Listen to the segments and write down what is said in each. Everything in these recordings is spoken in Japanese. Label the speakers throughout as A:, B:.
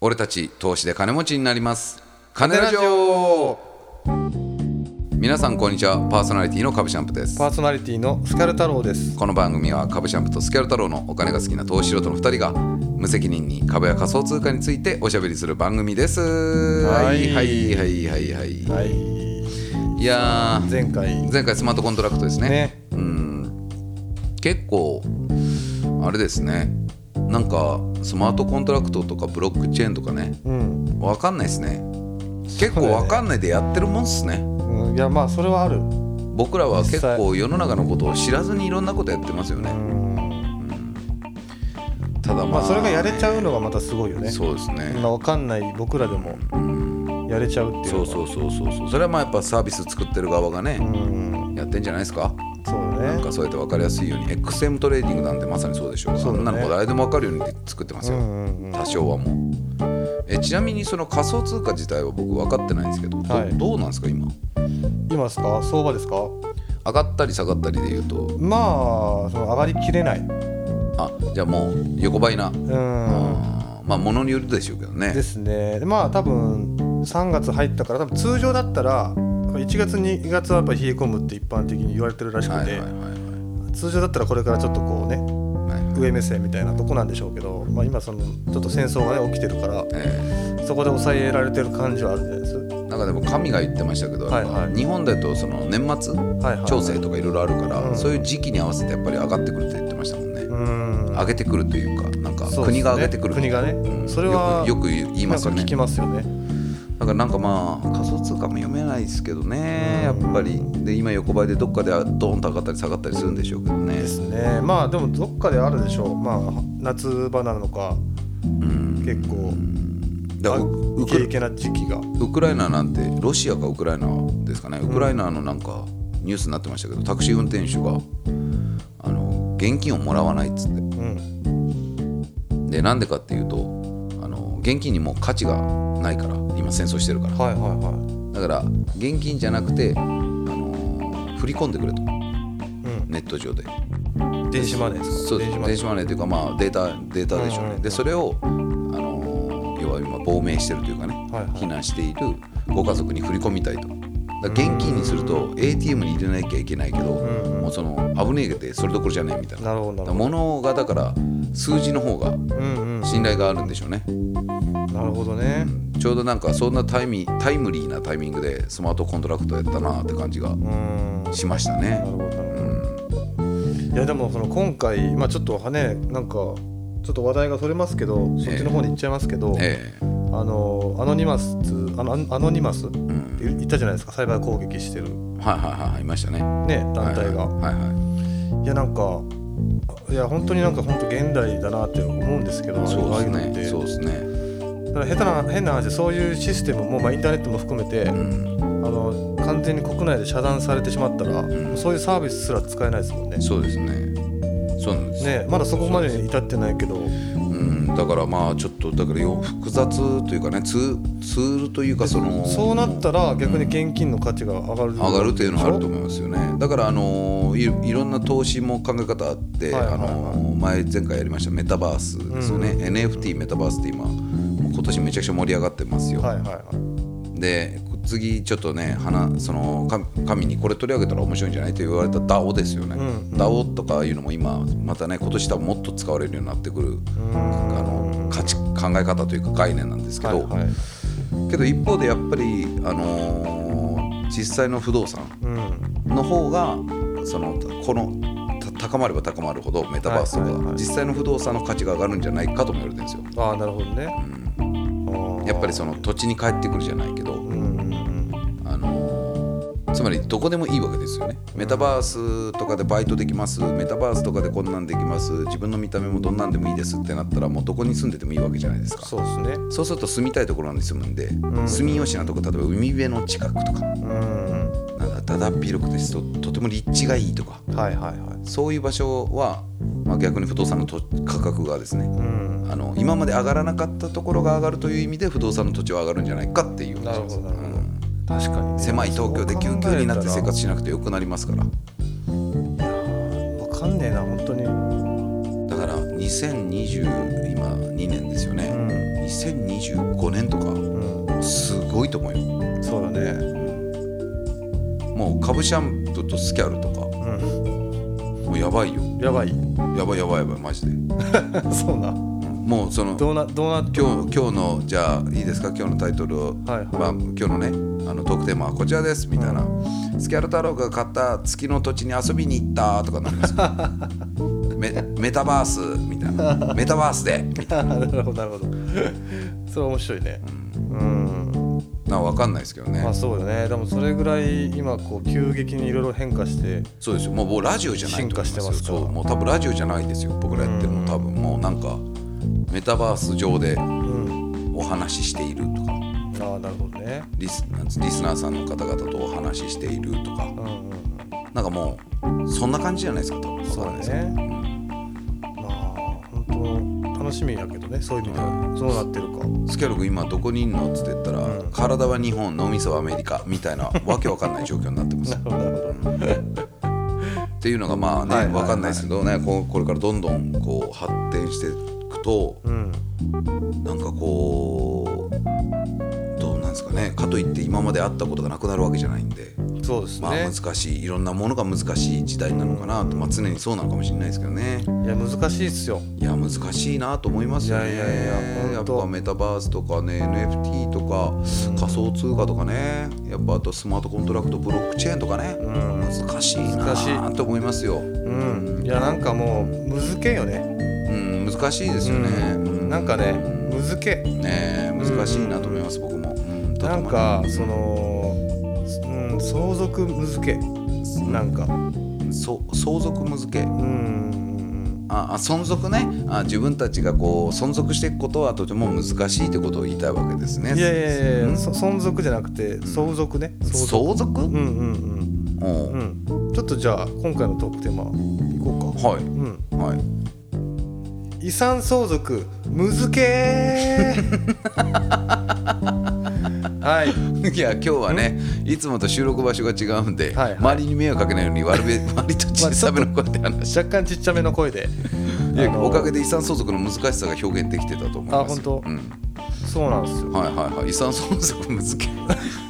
A: 俺たち投資で金持ちになります金ラジオ皆さんこんにちはパーソナリティの株シャンプです
B: パーソナリティのスカル太郎です。
A: この番組は株シャンプとスキャル太郎のお金が好きな投資素人の2人が無責任に株や仮想通貨についておしゃべりする番組ですはいはいはいはいはい、
B: はい。
A: い、やー
B: 前回
A: 前回スマートコントラクトですね
B: ね
A: うん結構あれですねなんかスマートコントラクトとかブロックチェーンとかね
B: うん、
A: わかんないですね結構
B: そうだよね
A: わかんないでやってるもんっすね
B: うん、いやまあそれはある。う
A: 僕らは結
B: 実
A: 構世の中のことを知らずにいろんなことやってますよね
B: ん。
A: ただまあ、
B: まあそれがやれちゃうのがまたすごいよね。
A: そうですね
B: そんなわかんない僕らでもやれちゃうっていうの
A: そう
B: が。。
A: そううそうそうそうそれはまあやっぱサービス作ってる側がね、
B: うん。
A: やってんじゃないですか
B: そう
A: な
B: だ
A: ん
B: ね
A: か。そうやって分かりやすいように XM トレーディングなんてまさにそうでしょう
B: そうだね
A: あんなのもう誰でも分かるように作ってます
B: う
A: よ、
B: んうんうん。
A: 多少はもうえちなみにその仮想通貨自体は僕分かってないんですけど、ど
B: はい
A: どうなんですか今
B: 今ですか相場ですか
A: 上がったり下がったりで言うと
B: まあその上がりきれない。う
A: あじゃあもう横ばいな、
B: ん。
A: あーまあものによるでしょうけどね
B: ですね。でまあ多分3月入ったから多分通常だったら1月2月はやっぱり冷え込むって一般的に言われてるらしく
A: はいはい
B: て
A: はいはい
B: 通常だったらこれからちょっとこうね
A: はいはい
B: 上目線みたいなとこなんでしょうけど、まあ、今そのちょっと戦争が、ね、起きてるから
A: え
B: そこで抑えられてる感じはあるんじゃないです
A: ーなんかでも神が言ってましたけど、
B: はいはい
A: やっぱ日本だとその年末
B: はいはい
A: 調整とかいろいろあるから、
B: うん
A: そういう時期に合わせてやっぱり上がってくるって言ってましたもんね、
B: うーん
A: 上げてくるというかなんか
B: そうです
A: 国
B: ね
A: が上げてくる
B: 国がね、
A: うん
B: それは
A: よくよく言いますよ
B: なん
A: ね
B: か聞きますよね
A: だからなんかまあ仮想通貨も読めないですけどねやっぱりで今横ばいでどっかでドーンと上がったり下がったりするんでしょうけどね
B: ですねまあでもどっかであるでしょうまあ夏場なのか
A: うん
B: 結構
A: だから
B: あ
A: ウ
B: イケイ
A: ク
B: ケな時期が
A: ウクライナなんてロシアかウクライナですかねウクライナのなんかニュースになってましたけどタクシー運転手があの現金をもらわないっつって
B: うん
A: でなんでかっていうとあの現金にもう価値がないから今戦争してるから
B: はいはいは
A: だから現金じゃなくてあの振り込んでくれと
B: い、うん、
A: ネット上で
B: 電子マネーですか
A: そうで
B: 電
A: す
B: 子マ
A: 電子マネ
B: ネー
A: ーというか、まあ、データデータでしょうね、
B: うんうん
A: でそれを、あのー要は今亡命してるというかね、
B: はいはい
A: 避難しているご家族に振り込みたいとだから現金にすると ATM に入れなきゃいけないけど、
B: んうん
A: もうその危ねえでそれどころじゃねえみたいな
B: なるほど
A: だ
B: な
A: か
B: る
A: ら
B: ほど
A: 物がだから数字の方が
B: うんうん
A: 信頼があるんでしょうね、
B: なるほどね
A: ちょうどなんかそんなタイミタイムリーなタイミングでスマートコントラクトやったなって感じが
B: うん
A: しましたね
B: なる、ほどなるほ
A: う
B: ど
A: ん、
B: いやでもその今回、まあ、ちょっとはねなんかちょっと話題がそれますけどそっちの方に行っちゃいますけど、
A: ええ
B: あのアノニマスあのアノニマスって
A: うん
B: 言ったじゃないですかサイバー攻撃してる、
A: はいはいはいはいいましたね
B: ね、団体が、
A: はいはいはいはい
B: い、やなんかいや本当になんか本当現代だなって思うんですけど
A: そう
B: ああ
A: で
B: い
A: す
B: のって
A: ね。そうですね。
B: だから下手な変な話でそういうシステムも、まあ、インターネットも含めて、
A: う
B: あ
A: ん、
B: の完全に国内で遮断されてしまったら、
A: ん
B: もうそういうサービスすら使えないですもんね。
A: そうですね。そうなんです。
B: ねまだそこまでに至ってないけど
A: うん、だからまあちょっとだからよ複雑というかね、ツーツールというかその
B: そうなったら逆に現金の価値が上がる、
A: 上がるというのはあると思いますよね。だからあのーいいろんな投資も考え方あって、
B: はいはいはい
A: あのー前前回やりましたメタバースですよね。
B: うん
A: NFT メタバースって今もう今年めちゃくちゃ盛り上がってますよ。
B: はいはいはい
A: で次ちょっとね花そのか神にこれ取り上げたら面白いんじゃないと言われた DAO ですよね、
B: うんうん
A: DAO とかいうのも今またね今年多分もっと使われるようになってくるあの価値考え方というか概念なんですけど、
B: はいはい
A: けど一方でやっぱり、あのー実際の不動産
B: うん
A: の方がそのこのた高まれば高まるほどメタバースとか、
B: はいはいはい
A: 実際の不動産の価値が上がるんじゃないかとも言われてるんですよ。
B: ああなるほどね
A: うん
B: あー
A: やっぱりその土地に帰ってくるじゃないけど、
B: うんうんうん
A: あのーつまりどこでもいいわけですよねメタバースとかでバイトできますメタバースとかでこんなんできます自分の見た目もどんなんでもいいですってなったらもうどこに住んでてもいいわけじゃないですか
B: そうですね
A: そうすると住みたいところに住むんで、
B: ん
A: 住みよしなとこ例えば海辺の近くとか
B: うん
A: なんかだだっ広くてととても立地がいいとか
B: はいはいは
A: そういう場所は、まあ、逆に不動産のと価格がですね
B: いうん
A: あの今まで上がらなかったところが上がるという意味で不動産の土地は上がるんじゃないかっていう
B: なるほどなるほど
A: うん
B: 確かにね
A: 狭い東京でぎゅうぎゅうになって生活
B: そ
A: しなくてよくなりますから
B: う考えたらわかんねえな本当に
A: だから2020今2年ですよね、
B: うん
A: 2025年とか
B: う
A: すごいと思うよ、
B: んそうだね
A: うんもうカブシャンプーとスキャルとか
B: うん
A: もうやばいよ
B: やばい
A: やばいやばいやばいマジで、うん
B: そうな
A: もうその
B: どうなどうなって
A: 今日今日のじゃあいいですか今日のタイトルを、
B: はいはい
A: まあ、今日のねあのトークテーマはこちらですみたいな、スキャル太郎が買った月の土地に遊びに行ったとかなります よメメタバースみたいなメタバースでみたい
B: なるほどなるほどそれ面白いねうん、
A: なの分かんないですけどね
B: まあそうよねでもそれぐらい今こう急激にいろいろ変化して
A: そうですよもうもうラジオじゃないと思いますよ
B: 進化してますから
A: そうもう多分ラジオじゃないですよ僕らやってるの多分もうなんかメタバース上で
B: うん
A: お話ししているとか
B: ああなるほどね
A: リスリスナーさんの方々とお話ししているとか
B: うんうんうん
A: なんかもうそんな感じじゃないですか多分
B: そうだ
A: わかんないですけ
B: ね
A: どうん
B: まあ本当楽しみやけどねそういう意味で
A: う
B: はそうなってるか
A: スキャロ君今どこにいんのっつって言ったら、
B: うん
A: 体は日本脳みそはアメリカみたいなわけわかんない状況になってます。
B: ほど なるほ
A: っていうのがまあね、
B: はいはいはい
A: わかんないですけどねこうこれからどんどんこう発展していくと
B: うん
A: なんかこうどうなんですかねかといって今まであったことがなくなるわけじゃないんで。
B: そうですね、
A: まあ難しいいろんなものが難しい時代なのかなと、まあ、常にそうなのかもしれないですけどね
B: いや難しいっすよ
A: いや難しいなと思いますよね
B: いやいやいや
A: や
B: ほ
A: っ
B: んと
A: ぱメタバースとかね NFT とか仮想通貨とかねやっぱあとスマートコントラクトブロックチェーンとかね、
B: ん
A: 難しい
B: 難し
A: なと思いますよ、う
B: うんいやなんかもうむずけよね
A: ん、難しいですよね、う
B: なんかね
A: うん
B: むず
A: ね
B: け
A: え難しいなと思います、僕も、うん、とても
B: な
A: ね
B: んかその、うん、相続むずけなんか
A: そ相続難け
B: うん
A: ああ存続ねあ自分たちがこう存続していくことはとても難しいということを言いたいわけですね
B: いやいやい
A: うん
B: やそ存続じゃなくて相続ね相続
A: 相続、
B: うんうん
A: おう
B: うんうんちょっとじゃあ今回のトークテーマいこうか
A: はい
B: うん
A: はい
B: 遺産相続むずけーはい
A: いや今日はねいつもと収録場所が違うんで、
B: はいはい
A: 周りに迷惑かけないように 割べ割と小さめの声で話し
B: 若干ちっちゃめの声で
A: いや
B: あの
A: おかげで遺産相続の難しさが表現できてたと思います
B: あ本当
A: うん、
B: そうなんです よ
A: はいはいはい遺産相続難しい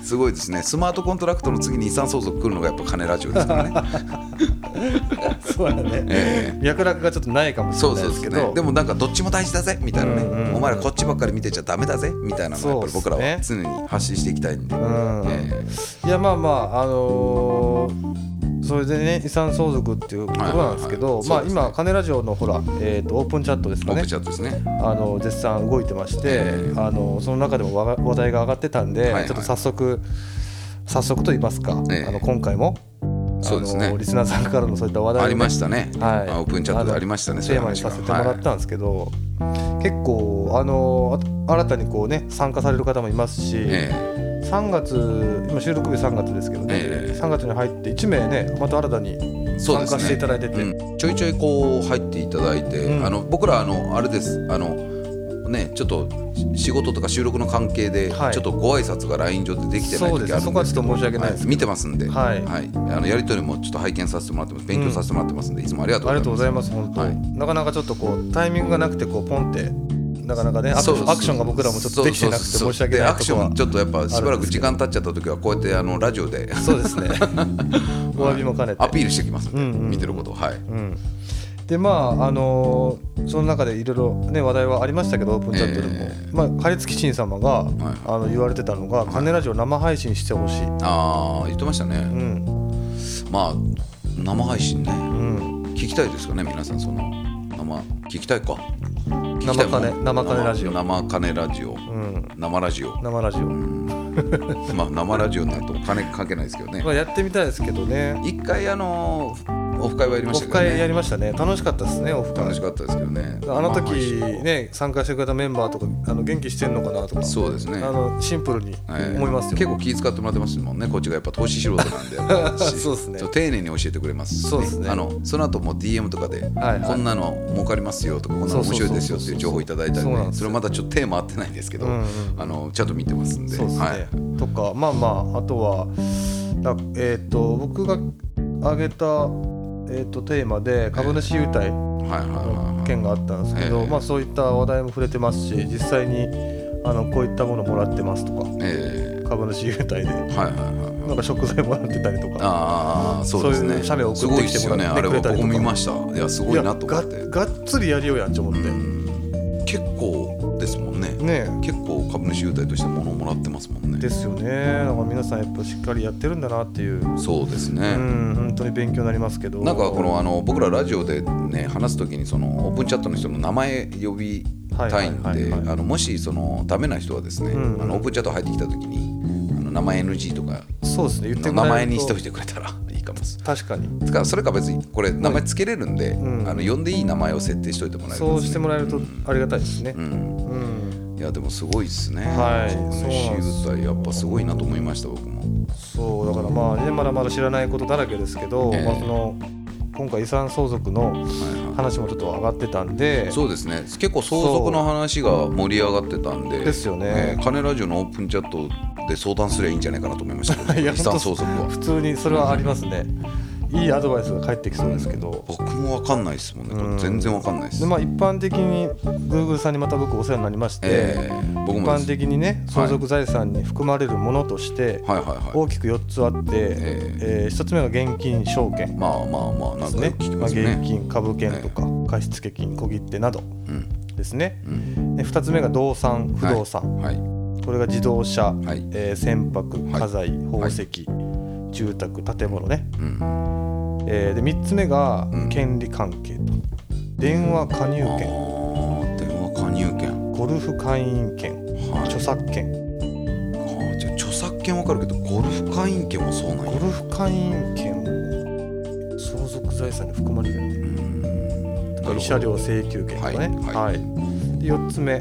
A: すごい ですねスマートコントラクトの次に遺産相続来るのがやっぱ金ラジオですからね、
B: そうだね、
A: え
B: 脈絡がちょっとないかもし
A: そ
B: れ
A: う
B: ない
A: そうで
B: で
A: すす
B: け
A: ね
B: ど
A: でもなんかどっちも大事だぜみたいなね、
B: うんうんうん
A: お前らこっちばっかり見てちゃダメだぜみたいなのをやっぱり僕らは常に発信していきたいんで、
B: うん
A: ええ
B: いやまあまああのーそれでね遺産相続っていうことなんですけ
A: はいはい
B: ど、
A: はいそうですね
B: まあ今金ラジオのほら、えー、とオープンチャットです
A: オ
B: か
A: ー
B: ね
A: プンチャットですね
B: あの絶賛動いてまして、
A: ええ
B: あのその中でもわが話題が上がってたんで、
A: はいはい
B: ちょっと早速早速と言いますか、
A: ええ
B: あの今回も
A: そうですね
B: あのリスナーさんからのそういった話題を
A: ありましたね、
B: はい
A: あオープンチャットでありましたね
B: あの
A: そうい
B: テ
A: う
B: ーマに
A: 話が
B: させてもらったんですけど、結構あのあ新たにこうね参加される方もいますし、
A: え
B: 3月今収録日3月ですけどね、
A: ええ
B: 3月に入って1名ねまた新たに
A: えそう
B: 参
A: で
B: 加
A: す
B: して
A: ね
B: いただいてて、
A: うんちょいちょいこう入っていただいて、
B: うん
A: あの僕らあのあれですあのねちょっと仕事とか収録の関係で、
B: はい
A: ちょっとご挨拶が LINE 上でできてない
B: そうで
A: 時
B: す
A: ある
B: ねそ
A: んで
B: こは
A: す
B: ち
A: け
B: ょ
A: ど
B: っと申し訳ないです
A: はい見てますんで、
B: はい
A: あのやり取りもちょっと拝見させてもらってます勉強させてもらってますんで、いつもありがとう
B: あり
A: ご
B: が
A: ざい
B: と
A: うま
B: ご
A: す。
B: ざいます本当、
A: はい
B: なかなかちょっとこうタイミングがなくてこうポンってなかなかねアクシ
A: そう
B: ョンアクションが僕らもちょっとできてなくて
A: そうそうそう
B: 申し訳な
A: で
B: い
A: アク
B: と
A: シ
B: ころ
A: ョ
B: は
A: ンちょっとやっぱしばらく時間経っちゃった時はこうやってあのラジオで
B: そうで すねお詫びも兼ねて
A: アピールしてきますんで、
B: うんうん
A: 見てることをはい
B: うん、でまああのーその中でいろいろね話題はありましたけどオープンチャットでも、
A: え
B: まあハリツキシン様が、
A: い
B: あの言われてたのが「カネラジオ生配信してほしい」
A: ああ言ってましたね、
B: うん
A: まあ生配信ね、
B: うん
A: 聞きたいですかね皆さんその生聞きたいか聞きた
B: 生
A: いもん
B: 金生金ラジオ
A: 生生金ラジオ
B: うん
A: 生ラジオ
B: 生ラジオ、
A: まあ生ラジオになると金かけないですけどね
B: まあ、やってみたいですけどね
A: 一回あのオフ会はやりま
B: オ
A: した
B: フ
A: けど
B: 会や
A: ね
B: りましたね楽しかったですねオフ会
A: 楽しかったですけどね
B: あの
A: 生配
B: 時
A: 信
B: ね参加してくれたメンバーとかあの元気してんのかなとか
A: そうです
B: あ
A: ね
B: のシンプルに
A: はい
B: 思いますよ、
A: 結構気遣ってもらってますもんねこっちがやっぱ投資素人 なんでやっぱし
B: そうですね
A: ちょっと丁寧に教えてくれますし
B: そうですね
A: あのその後も DM とかで、
B: はいはい
A: こんなの儲かりますよとかこんなの面白いですよっていう情報いただいたり
B: そうなん
A: ね
B: です
A: そ
B: よ
A: れまだちょっとテーマ合ってないんですけど、
B: うんうん
A: あのちゃんと見てますんで
B: そうですね、
A: はい、
B: とかまあまああとはだえっ、と僕が挙げたえっ、とテーマで株主優待
A: はいはいはい
B: 件があったんですけ
A: え
B: ど、
A: え
B: まあ、そういった話題も触れてますし実際にあのこういったものもらってますとか
A: え
B: 株主優待で
A: えはいはいはいはい
B: なんか食材もらってたりとか
A: ああそうです
B: そう
A: ね
B: いう写メを
A: す
B: 送っ
A: ごい
B: て
A: で
B: き
A: す
B: て
A: よ
B: も
A: ね
B: らっ
A: あ
B: て
A: れ
B: くれ
A: は
B: たりとか
A: 僕も見ましたいやすごいなと思って
B: いやががっつりやりようやんち思って、
A: うん結構ですもんね
B: ね
A: 結構株主優待として物をもらってますもん
B: え
A: ね
B: ですよねなんか皆さんやっぱしっかりやってるんだなっていう、
A: そうです
B: う
A: ね
B: ん本当に勉強になりますけど
A: なんかこのあの僕らラジオでね話す時にそのオープンチャットの人の名前呼びたいん
B: はいはい
A: で
B: はいはい
A: あのもしそのダメな人はですねあ
B: うん
A: のオープンチャット入ってきた時にあの名前 NG とか
B: そうですね言って
A: の
B: もら
A: 名
B: える
A: 前にし
B: と
A: ておいてくれたら いいかもです
B: 確かに
A: つかそれか別にこれ名前つけれるんで、
B: うん
A: あの呼んでいい名前を設定しといてもらえる
B: そうしてもらえると
A: うん
B: ありがたいですね
A: う。ん、
B: うん、
A: いやでもすごいっすね
B: はいそうなんです
A: 主優やっぱすごいなと思いました僕も
B: そうだからまあねまだまだ知らないことだらけですけど、
A: ええ
B: まあその今回遺産相続
A: は
B: の
A: いは
B: 話もちょっと上がってたんで、
A: いそうですね結構相続の話が盛り上がってたんで
B: ですよね
A: えー金ラジオのオープンチャットで相談すりゃいいんじゃないかなと思いましたけど
B: いや
A: 遺産
B: ほ
A: 相
B: んと
A: 続は
B: 普通にそれはありますね。いいアドバイスが返ってきそうですけど。
A: 僕もわかんないですもんねこれ全然わかんないです、
B: でまあ一般的に Google さんにまた僕お世話になりまして、
A: えー僕
B: 一
A: も
B: 般
A: です
B: 的にね相続財産に含まれるものとして
A: はいはいは
B: 大きく4つあって、
A: え
B: えー一つ目が現金証券
A: い。まあまあまあなんかよく聞き
B: まあ、
A: ますよね
B: 現金株券とか貸付金小切手などですね
A: うん
B: で2つ目が動産不動産、
A: うんはい
B: これが自動車、
A: はい
B: えー船舶
A: はい
B: 家財宝石、住宅建物ね、
A: うん
B: えーで3つ目が
A: うん
B: 権利関係と、電話加入
A: あ
B: 権
A: ー電話加入権
B: ゴルフ会員権
A: はい
B: 著作権
A: あじゃあ著作権わかるけどゴルフ会員権もそうなんや
B: ゴルフ会員権も相続財産に含まれるよね
A: うんなるほど
B: 慰謝料請求権とかね、
A: はいはい
B: で4つ目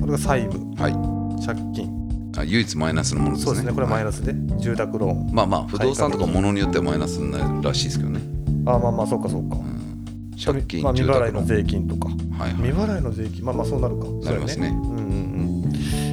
B: これが債務
A: はい
B: 借金
A: あ唯一マイナスのものですね
B: そうですねこれはマイ
A: ナ
B: ナスで、住宅ローン
A: まあまあ不動産とか物によってはマイナスになるらしいですけどね、
B: あまあまあそうかそうか、
A: うん、借金、
B: まあ、未
A: 住
B: 払
A: 宅
B: い
A: ロ
B: の
A: ーン
B: 税金とか
A: はいはい
B: 未払いの税金まあまあそうなるか
A: なりますね
B: そうだようんうん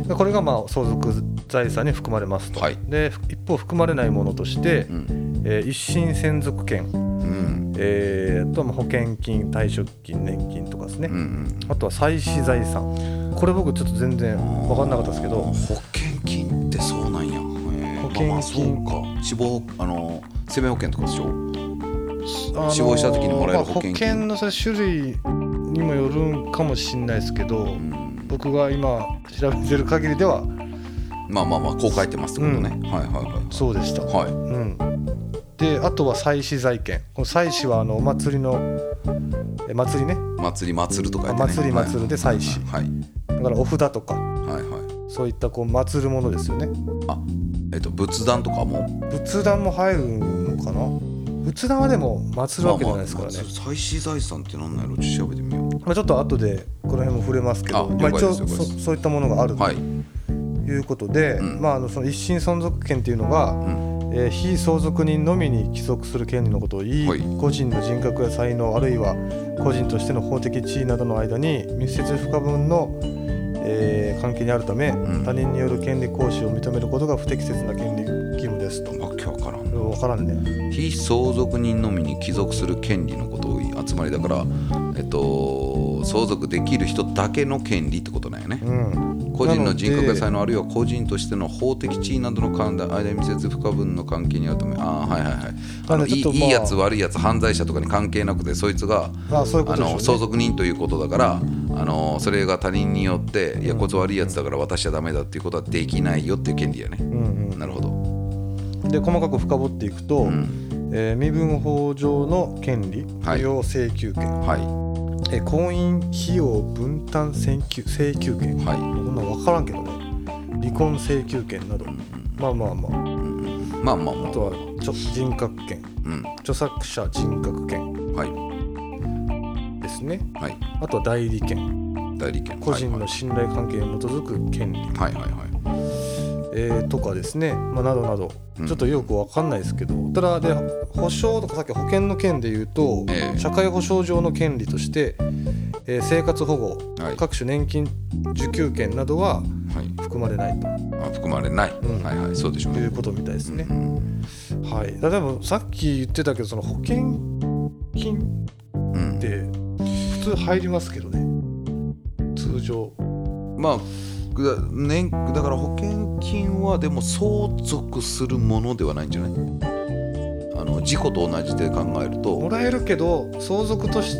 B: うんこれがまあ相続財産に含まれますと、
A: はい
B: で一方含まれないものとして
A: う、ん
B: えー一審専属権、
A: うん
B: えー、あとはまあ保険金退職金年金とかですね、
A: うんうん
B: あとは祭祀財産これ僕ちょっと全然分かんなかったですけど
A: 保険金ってそうなんやへー
B: 保険金
A: まあまあそうか死亡あの生命保険とかでしょ
B: あのー
A: 死亡した時にもらえる保険金
B: まあ保険のそれ種類にもよるんかもしれないですけど、
A: うん
B: 僕が今調べてる限りでは
A: まあまあまあこう書いてますってことね、はいはい
B: そうでした、
A: はいはい
B: うん、であとは祭祀財権この祭祀はあのお祭りのえ祭りね
A: 祭り祭るとか言って、ね、
B: 祭り祭るで祭祀
A: はい
B: だからお札とか
A: はいはいはい
B: そういったこう祭るものですよね
A: あえっと仏壇とかも
B: 仏壇も入るのかな仏壇はでも祭るわけじゃないですからね、
A: ま
B: ま
A: あまあ祭祀財産ってなんなんやろちょっと調べてみよ
B: あ、ちょっと後でこの辺も触れますけど
A: あ
B: まあ、
A: 了
B: 一
A: 解
B: 応
A: です
B: そ
A: 了解です
B: そういったものがある
A: うはい、う
B: ということで、
A: うん
B: まあ、あのその一審存続権っていうのが、
A: ん、
B: えー非相続人のみに帰属する権利のことを言い、
A: はい
B: 個人の人格や才能あるいは個人としての法的地位などの間に密接不可分の、えー関係にあるため、
A: ん
B: 他人による権利行使を認めることが不適切な権利義務ですと。
A: わけわからん
B: 分からんね。
A: 非相続人のみに帰属する権利のことを言いつまりだから、えっと、相続できる人だけの権利ってことなんやね
B: うん、
A: 個人の人格や才
B: 能
A: 能あるいは個人としての法的地位などの間間に密接不可分の関係にあるためああはいはいはいあの
B: あのちょ
A: い
B: っ
A: い
B: とまあ
A: いいやつ悪いやつ犯罪者とかに関係なくてそいつが
B: あそういうこ
A: あ
B: とで
A: の
B: し
A: 相
B: ょうね。
A: 続人ということだからあのそれが他人によっていやこいつ悪いやつだから渡しちゃダメだっていうことはできないよっていう権利やね
B: うん
A: なるほど
B: うん、で細かく深掘っていくと、
A: うん
B: えー身分法上の権利
A: はい
B: 扶養請求権、
A: は
B: えー婚姻費用分担請求請求権
A: いはい
B: こんなん分からんけどね離婚請求権などまあまあま
A: ま
B: あ
A: あまあま
B: あ
A: あ
B: とは著人格権
A: うん
B: 著作者人格権
A: はい
B: ですね
A: はい
B: あとは代理権
A: 代理権
B: 個人
A: は
B: の
A: い
B: 信頼関係に基づく権利、
A: はいはいはい
B: えーとかですね、まあ、などなど
A: うん
B: ちょっとよく分かんないですけど、ただで保障とかさっき保険の件で言うと、
A: ええ
B: 社会保障上の権利として、えー生活保護、
A: はい
B: 各種年金受給権などは
A: はい
B: 含まれない
A: あ含まれない
B: ん
A: はいはいそうでしょう
B: とい
A: ね
B: うことみたいですね
A: う。ん
B: はい、だでもさっき言ってたけどその保険金
A: うん
B: って普通入りますけどね通常
A: まあだ,、ね、だから保険金はでも相続するものではないんじゃないあの事故と同じで考える
B: も
A: と
B: らえるけど相続とし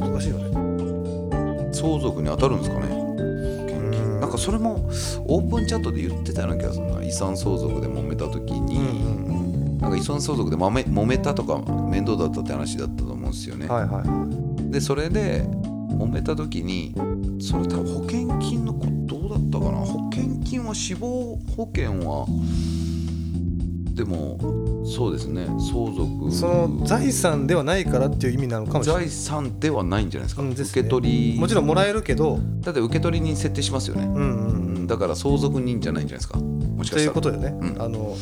B: 難しいよね
A: 相続に当たるんですかね保険
B: う
A: 金
B: ん
A: なんかそれもオープンチャットで言ってたような気がするな遺産相続で揉めた時に、
B: うん
A: なんか遺産相続で揉め揉めたとか面倒だったって話だったと思うんですよね、
B: はいはい
A: でそれで揉めた時にそれ多分保険金のこどうだったかな保険金は死亡保険はでもそうですね相続
B: その財産ではないからっていう意味なのかもしれない
A: 財産ではないんじゃないですか、
B: うんですね
A: 受け取り
B: もちろんもらえるけど
A: だって受け取りに設定しますよね、
B: うんう
A: うんん、だから相続人じゃないんじゃないですかもしか
B: と
A: し
B: い
A: たら
B: うことよね、
A: うん
B: あの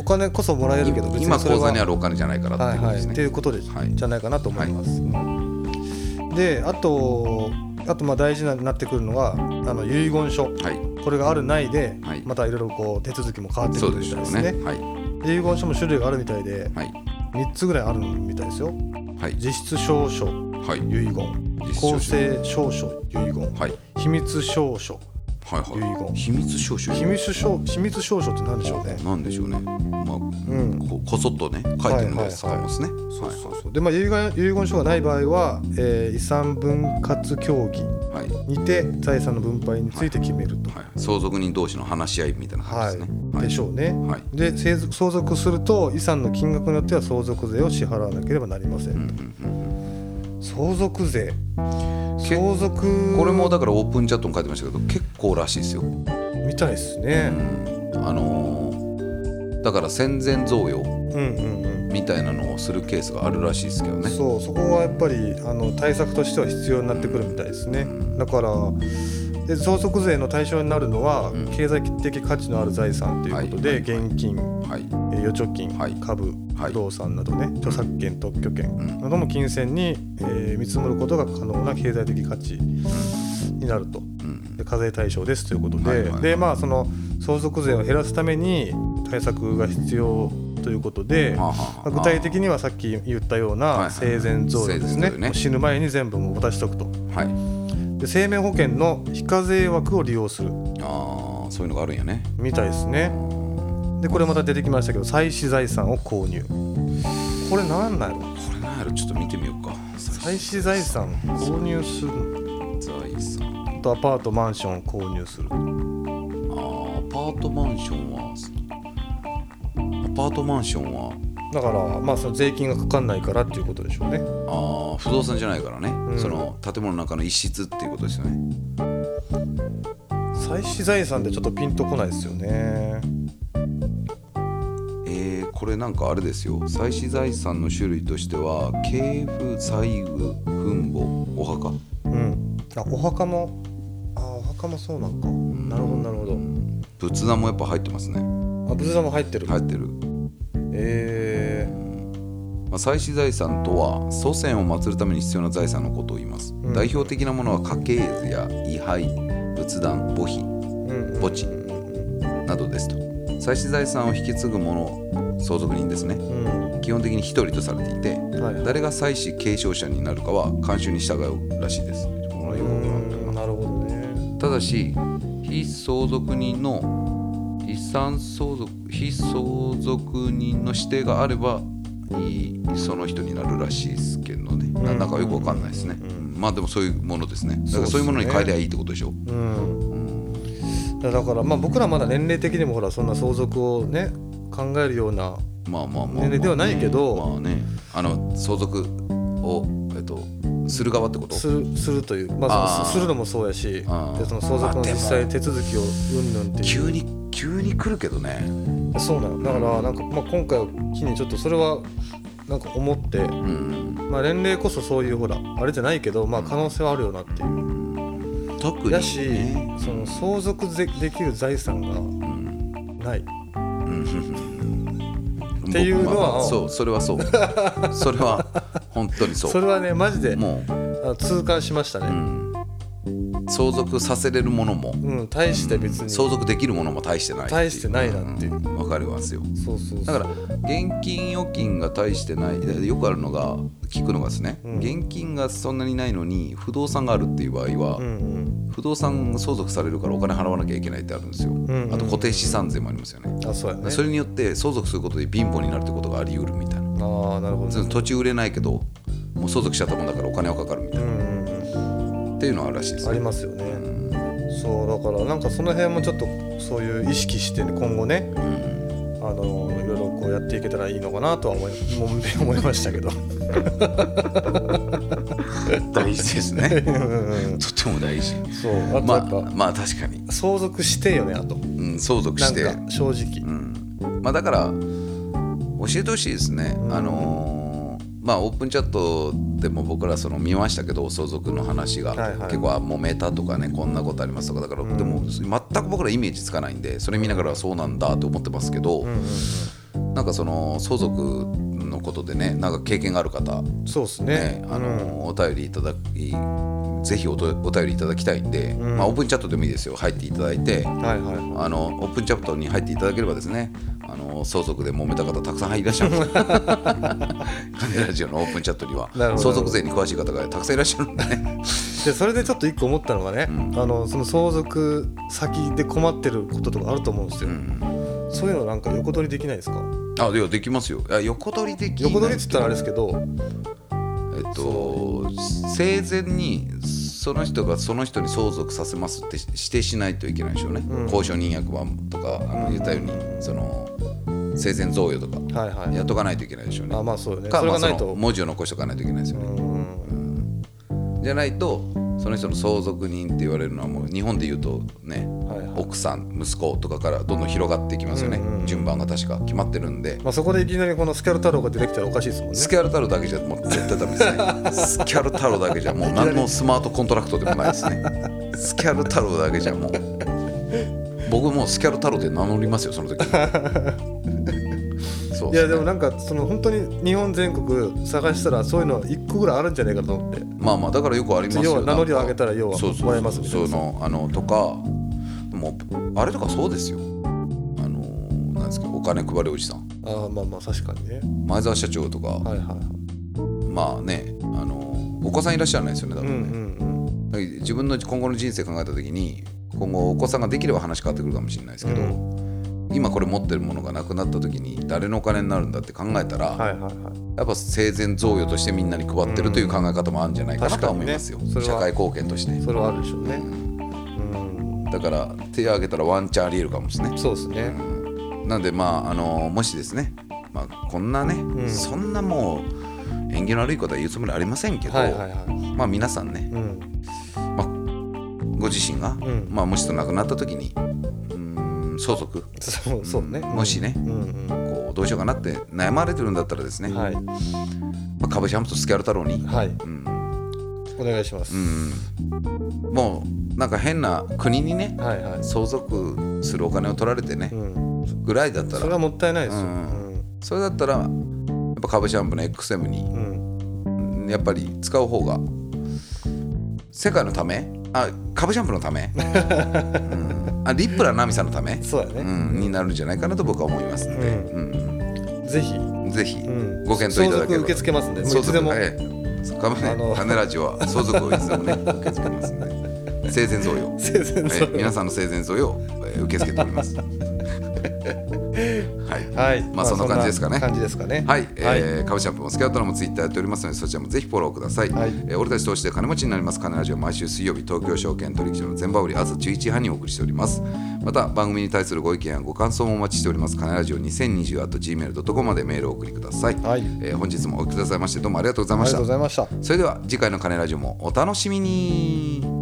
B: お金こそもらえるけど別に
A: 今
B: それ
A: 口
B: は
A: 座にあるお金じゃないからっ
B: は
A: て
B: い
A: いうこと
B: は
A: で
B: い
A: すね、
B: っていうことです、
A: はい
B: じゃないかなと思います、うんであとあとまあ大事になってくるのがあの遺言書
A: はい
B: これがあるないで、
A: はい
B: またいろいろこう手続きも変わってく
A: そう
B: る
A: で
B: み
A: したょ
B: い
A: うね
B: ですね
A: はい
B: 遺言書も種類があるみたいで
A: はい
B: 3つぐらいあるみたいですよ
A: はい
B: 実質証書
A: はい
B: 遺言公正証書遺言
A: はい
B: 秘密証書
A: はい
B: 遺
A: は
B: 言
A: い秘密証書
B: 秘密証秘密証書って何でしょうね
A: なんでしょうね、まあ
B: うん
A: ここそっとね書いてるのが使えますね。
B: そう
A: は
B: そうそうでまあ遺言遺言書がない場合は、えー遺産分割協議
A: いはいはい
B: にて財産の分配について決めると、
A: はい相続人同士の話し合いみたいな感
B: はい
A: じですね。はい
B: でしょうね、
A: はい
B: で相続相続すると遺産の金額によっては相続税を支払わなければなりません、
A: うんうん
B: 相続税
A: け
B: 相続
A: これもだからオープンチャットに書いてましたけど結構らしいですよ。うん
B: みたいですね、
A: あのーだから戦前贈与
B: うん、うんうん
A: みたいなのをするケースがあるらしいですけどね。
B: そうそこはやっぱりあの対策としては必要になってくるみたいですね、だからで相続税の対象になるのは、
A: ん
B: 経済的価値のある財産ということで、
A: はいはいはい
B: 現金
A: はい
B: えー預貯金、
A: はい
B: 株、
A: はい
B: 不動産などね著作権特許権
A: ん
B: などの金銭に、えー見積もることが可能な経済的価値になると
A: うん
B: で課税対象ですということで,、
A: はいはいはい
B: でまあその相続税を減らすために対策が必要ということで。
A: はあは
B: ま
A: あ
B: あ具体的にはさっき言ったよ
A: は
B: う
A: いは
B: ない生前贈与です
A: 生前贈
B: ね
A: 与ね
B: もう死ぬ前に全部もう渡しとくと
A: はい
B: で生命保険の非課税枠を利用する
A: あーそういうのがあるんやね。
B: みたいですねでこれまた出てきましたけど祭祀財産を購入これなんなんやろ
A: これなんやろちょっと見てみようか。
B: 祭祀財産購入する
A: 財産
B: あとアパートマンションを購入する
A: あーアパートマンションはアパートマンションは
B: だからまあその税金がかかんないからっていうことでしょうね
A: あー不動産じゃないからね、
B: ん
A: その建物の中の一室っていうことですよね
B: 祭祀財産ってちょっとピンとこないですよね
A: えーこれなんかあれですよ祭祀財産の種類としては系譜財布墳墓お墓
B: うんあお墓もあお墓もそうなんかなるほどなるほど
A: 仏壇もやっぱ入ってますね
B: あ仏壇も入ってる、
A: 入ってる、
B: え
A: まあ、祭祀財産とは祖先を祀るために必要な財産のことを言います、
B: ん
A: 代表的なものは家系図や位牌仏壇墓碑
B: ーうんうん
A: 墓地などですと祭祀財産を引き継ぐ者相続人ですね
B: うん
A: 基本的に1人とされていて、
B: はいはい
A: 誰が祭祀継承者になるかは慣習に従うらしいですこのよくわからんけど
B: うんなるほどね
A: ただし非相続人の遺産相続非相続人の指定があればいいその人になるらしいですけどね、ななんかよくわかんないですね、うんまあでもそういうものですねだからそういうものに変えりゃいいってことでしょ
B: うんだからまあ僕らまだ年齢的にもほらそんな相続をね考えるような
A: まあまあまあ、まあ、
B: 年齢ではないけど、
A: まあね、あの相続を、えっと、する側ってこと
B: するするという、まあ、
A: あー
B: そのするのもそうやしで
A: あー
B: その相続の
A: あで
B: 実
A: も
B: 際手続きをうんぬんっていう
A: 急に急に来るけどね、
B: そうなのだからなんか、まあ、今回を機にちょっとそれはなんか思って、
A: うん、
B: まあ、年齢こそそういうほらあれじゃないけど、まあ、可能性はあるよなっていう
A: 特に、ね、
B: やしその相続でできる財産がない
A: って
B: いうのは
A: そうそれはそう それは本当にそう
B: それはねマジで
A: もう、
B: あの痛感しました
A: う
B: ね、
A: ん、相続させれるものも
B: うん大して別に
A: 相続できるものも大してないっていう
B: 大してないなっていう
A: うんわ、かりますよ
B: そうそうそう
A: だから現金預金が大してないよくあるのが聞くのがですね、
B: うん
A: 現金がそんなにないのに不動産があるっていう場合は、
B: うんうん
A: 不動産相続されるからお金払わなきゃいけないってあるんですよ、
B: んうん
A: あと固定資産税もありますよね、
B: あそうやね
A: それによって相続することで貧乏になるってことがあり得るみたいな、
B: ああなるほ
A: そ
B: ど
A: の
B: ね
A: 土地売れないけどもう相続しちゃったもんだからお金はかかるみた
B: う
A: いな、
B: んうんうん
A: っていうのはあるらしいです
B: あり
A: ね
B: ますよね、
A: うん
B: そうだからなんかその辺もちょっとそういう意識してね今後ね
A: うん
B: あのいろいろこうやっていけたらいいのかなとは思いもん思いましたけど
A: 大事です
B: う
A: ね
B: んうんう ん
A: とっても大事
B: そうあと
A: ま
B: や
A: あ
B: っぱ、
A: まあ確かに、
B: 相続してよねあと
A: うん、相続
B: な
A: し
B: ん
A: て
B: か正直
A: うんまあ、だから教えてほしいですね、
B: うん
A: あのーまあ、オープンチャットでも僕らその見ましたけど相続の話が、
B: はいはい
A: 結構あ揉めたとかねこんなことありますとかだから、
B: うん
A: でも全く僕らイメージつかないんでそれ見ながらそうなんだと思ってますけど、
B: うんうん
A: なんかその相続のことでねなんか経験がある方、ね
B: うんそうですね
A: あのーお便りいただきぜひおとお便りいただきたいんで、
B: うん
A: まあ、オープンチャットでもいいですよ入っていただいて。
B: うん、はいはいはい
A: あのオープンチャプターに入っていただければですねあの相続で揉めた方たくさんいらっしゃ る金ラジオのオープンチャットには
B: なるほど
A: 相続税に詳しい方がたくさんいらっしゃるんでね
B: でそれでちょっと一個思ったのがね、
A: うん
B: あのその相続先で困ってることとかあると思うんです
A: う
B: よ、
A: ん
B: そういうのなんか横取りできないですか
A: あいやできますよいや横取りできない
B: 横取りっつったらあれですけど
A: えっと生前にその人がその人に相続させますって指定しないといけないでしょうね、
B: うん
A: 公証人役番とかあの言ったようにその生前贈与とか
B: はいはい
A: やっとかないといけないでしょうね
B: あまあそうよね
A: か
B: それ
A: ま
B: が
A: あそ
B: ない
A: の
B: と、
A: 文字を残しておかないといけないですよね、
B: うん
A: じゃないとその人の相続人って言われるのはもう日本で言うとね、
B: はいはい
A: 奥さん息子とかからどんどん広がっていきますよね、
B: うんうん
A: 順番が確か決まってるんで、
B: まあ、そこでいきなりこのスキャル太郎が出てきたらおかしいですもんね
A: スキャル太郎だけじゃもう絶対ダメですねス キャル太郎だけじゃもう何のスマートコントラクトでもない ですねスキャル太郎だけじゃもう僕もうスキャル太郎で名乗りますよその 時そう
B: い
A: すね
B: やでもなんかその本当に日本全国探したらそういうの一個ぐらいあるんじゃないかと思って
A: まあまあだからよくあります
B: 要
A: よ
B: は名乗りを上げたら要は
A: そうそう
B: もらえますみたい
A: そ
B: な
A: のあのとかもうあれとかそうですよあのなんですかお金配るおじさん
B: ああまあまあ確かにね
A: 前澤社長とか、
B: はいはいはい
A: まあねあのお子さんいらっしゃらないですよね多
B: うん
A: 分ね、
B: うん
A: だから自分の今後の人生考えた時に今後お子さんができれば話変わってくるかもしれないですけど、
B: う
A: 今これ持ってるものがなくなった時に誰のお金になるんだって考えたら、
B: うんはいはいはい
A: やっぱ生前贈与としてみんなに配ってるという考え方もあるんじゃないかなとは思いますよ、
B: うん確かにねそれ
A: 社
B: は
A: 会貢献として。
B: それはあるでしょうねうん
A: だから手を挙げたらワンチャンありえるかもしれない。
B: そうですね
A: なんでまああのもしですね、まあ、こんなね、
B: ん
A: そんなもう縁起の悪いことは言うつもりありませんけど、
B: はいはいはい
A: まあ皆さんね
B: うん
A: ご自身が、
B: ん
A: まあ、もしと亡くなった時にうーん相続
B: そうそうね
A: もしね
B: うんうん
A: こうどうしようかなって悩まれてるんだったらですね、
B: うん
A: ま
B: はい
A: あ、株式ハムとスキャル太郎に、
B: はい
A: うん
B: お願いします
A: うん、もうなんか変な国にね
B: はいはい
A: 相続するお金を取られてね、
B: うん
A: ぐらいだった
B: そ
A: ら
B: れはもったいないですよ
A: う
B: うんん
A: それだったらやっぱ株シャンプーの XM に
B: うん
A: やっぱり使う方が世界のためあ株シャンプーのた め、うんあリップラナミさんのため、
B: そうや
A: う
B: ね
A: ん、になるんじゃないかなと僕は思いますので、うん
B: ぜひ
A: ぜひ
B: ん
A: ご検討いただければ、
B: 相続受け付けますんでもういつでも
A: 相続ええそうか
B: あの
A: ね、金ラジオは相続をいつでもね受け付けますので生前贈 与
B: 生前
A: ええ皆さんの生前贈与をええ受け付けておりますはい
B: はい
A: まあそんな感じですかね
B: そんな感じですかね
A: はい、えー、かぶちゃんぷもスキャットラもツイッターやっておりますのでそちらもぜひフォローください、
B: はい
A: えー俺たち投資で金持ちになります金ラジオ毎週水曜日東京証券取引所の全場売り朝11時半にお送りしておりますまた番組に対するご意見やご感想もお待ちしております金ラジオ 2020.gmail.com までメールをお送りください、
B: はい
A: えー本日もお聞きくださいましてどうもありがとうござい
B: あ
A: ま
B: り
A: し
B: がと
A: た
B: うございました
A: それでは次回の金ラジオもお楽しみに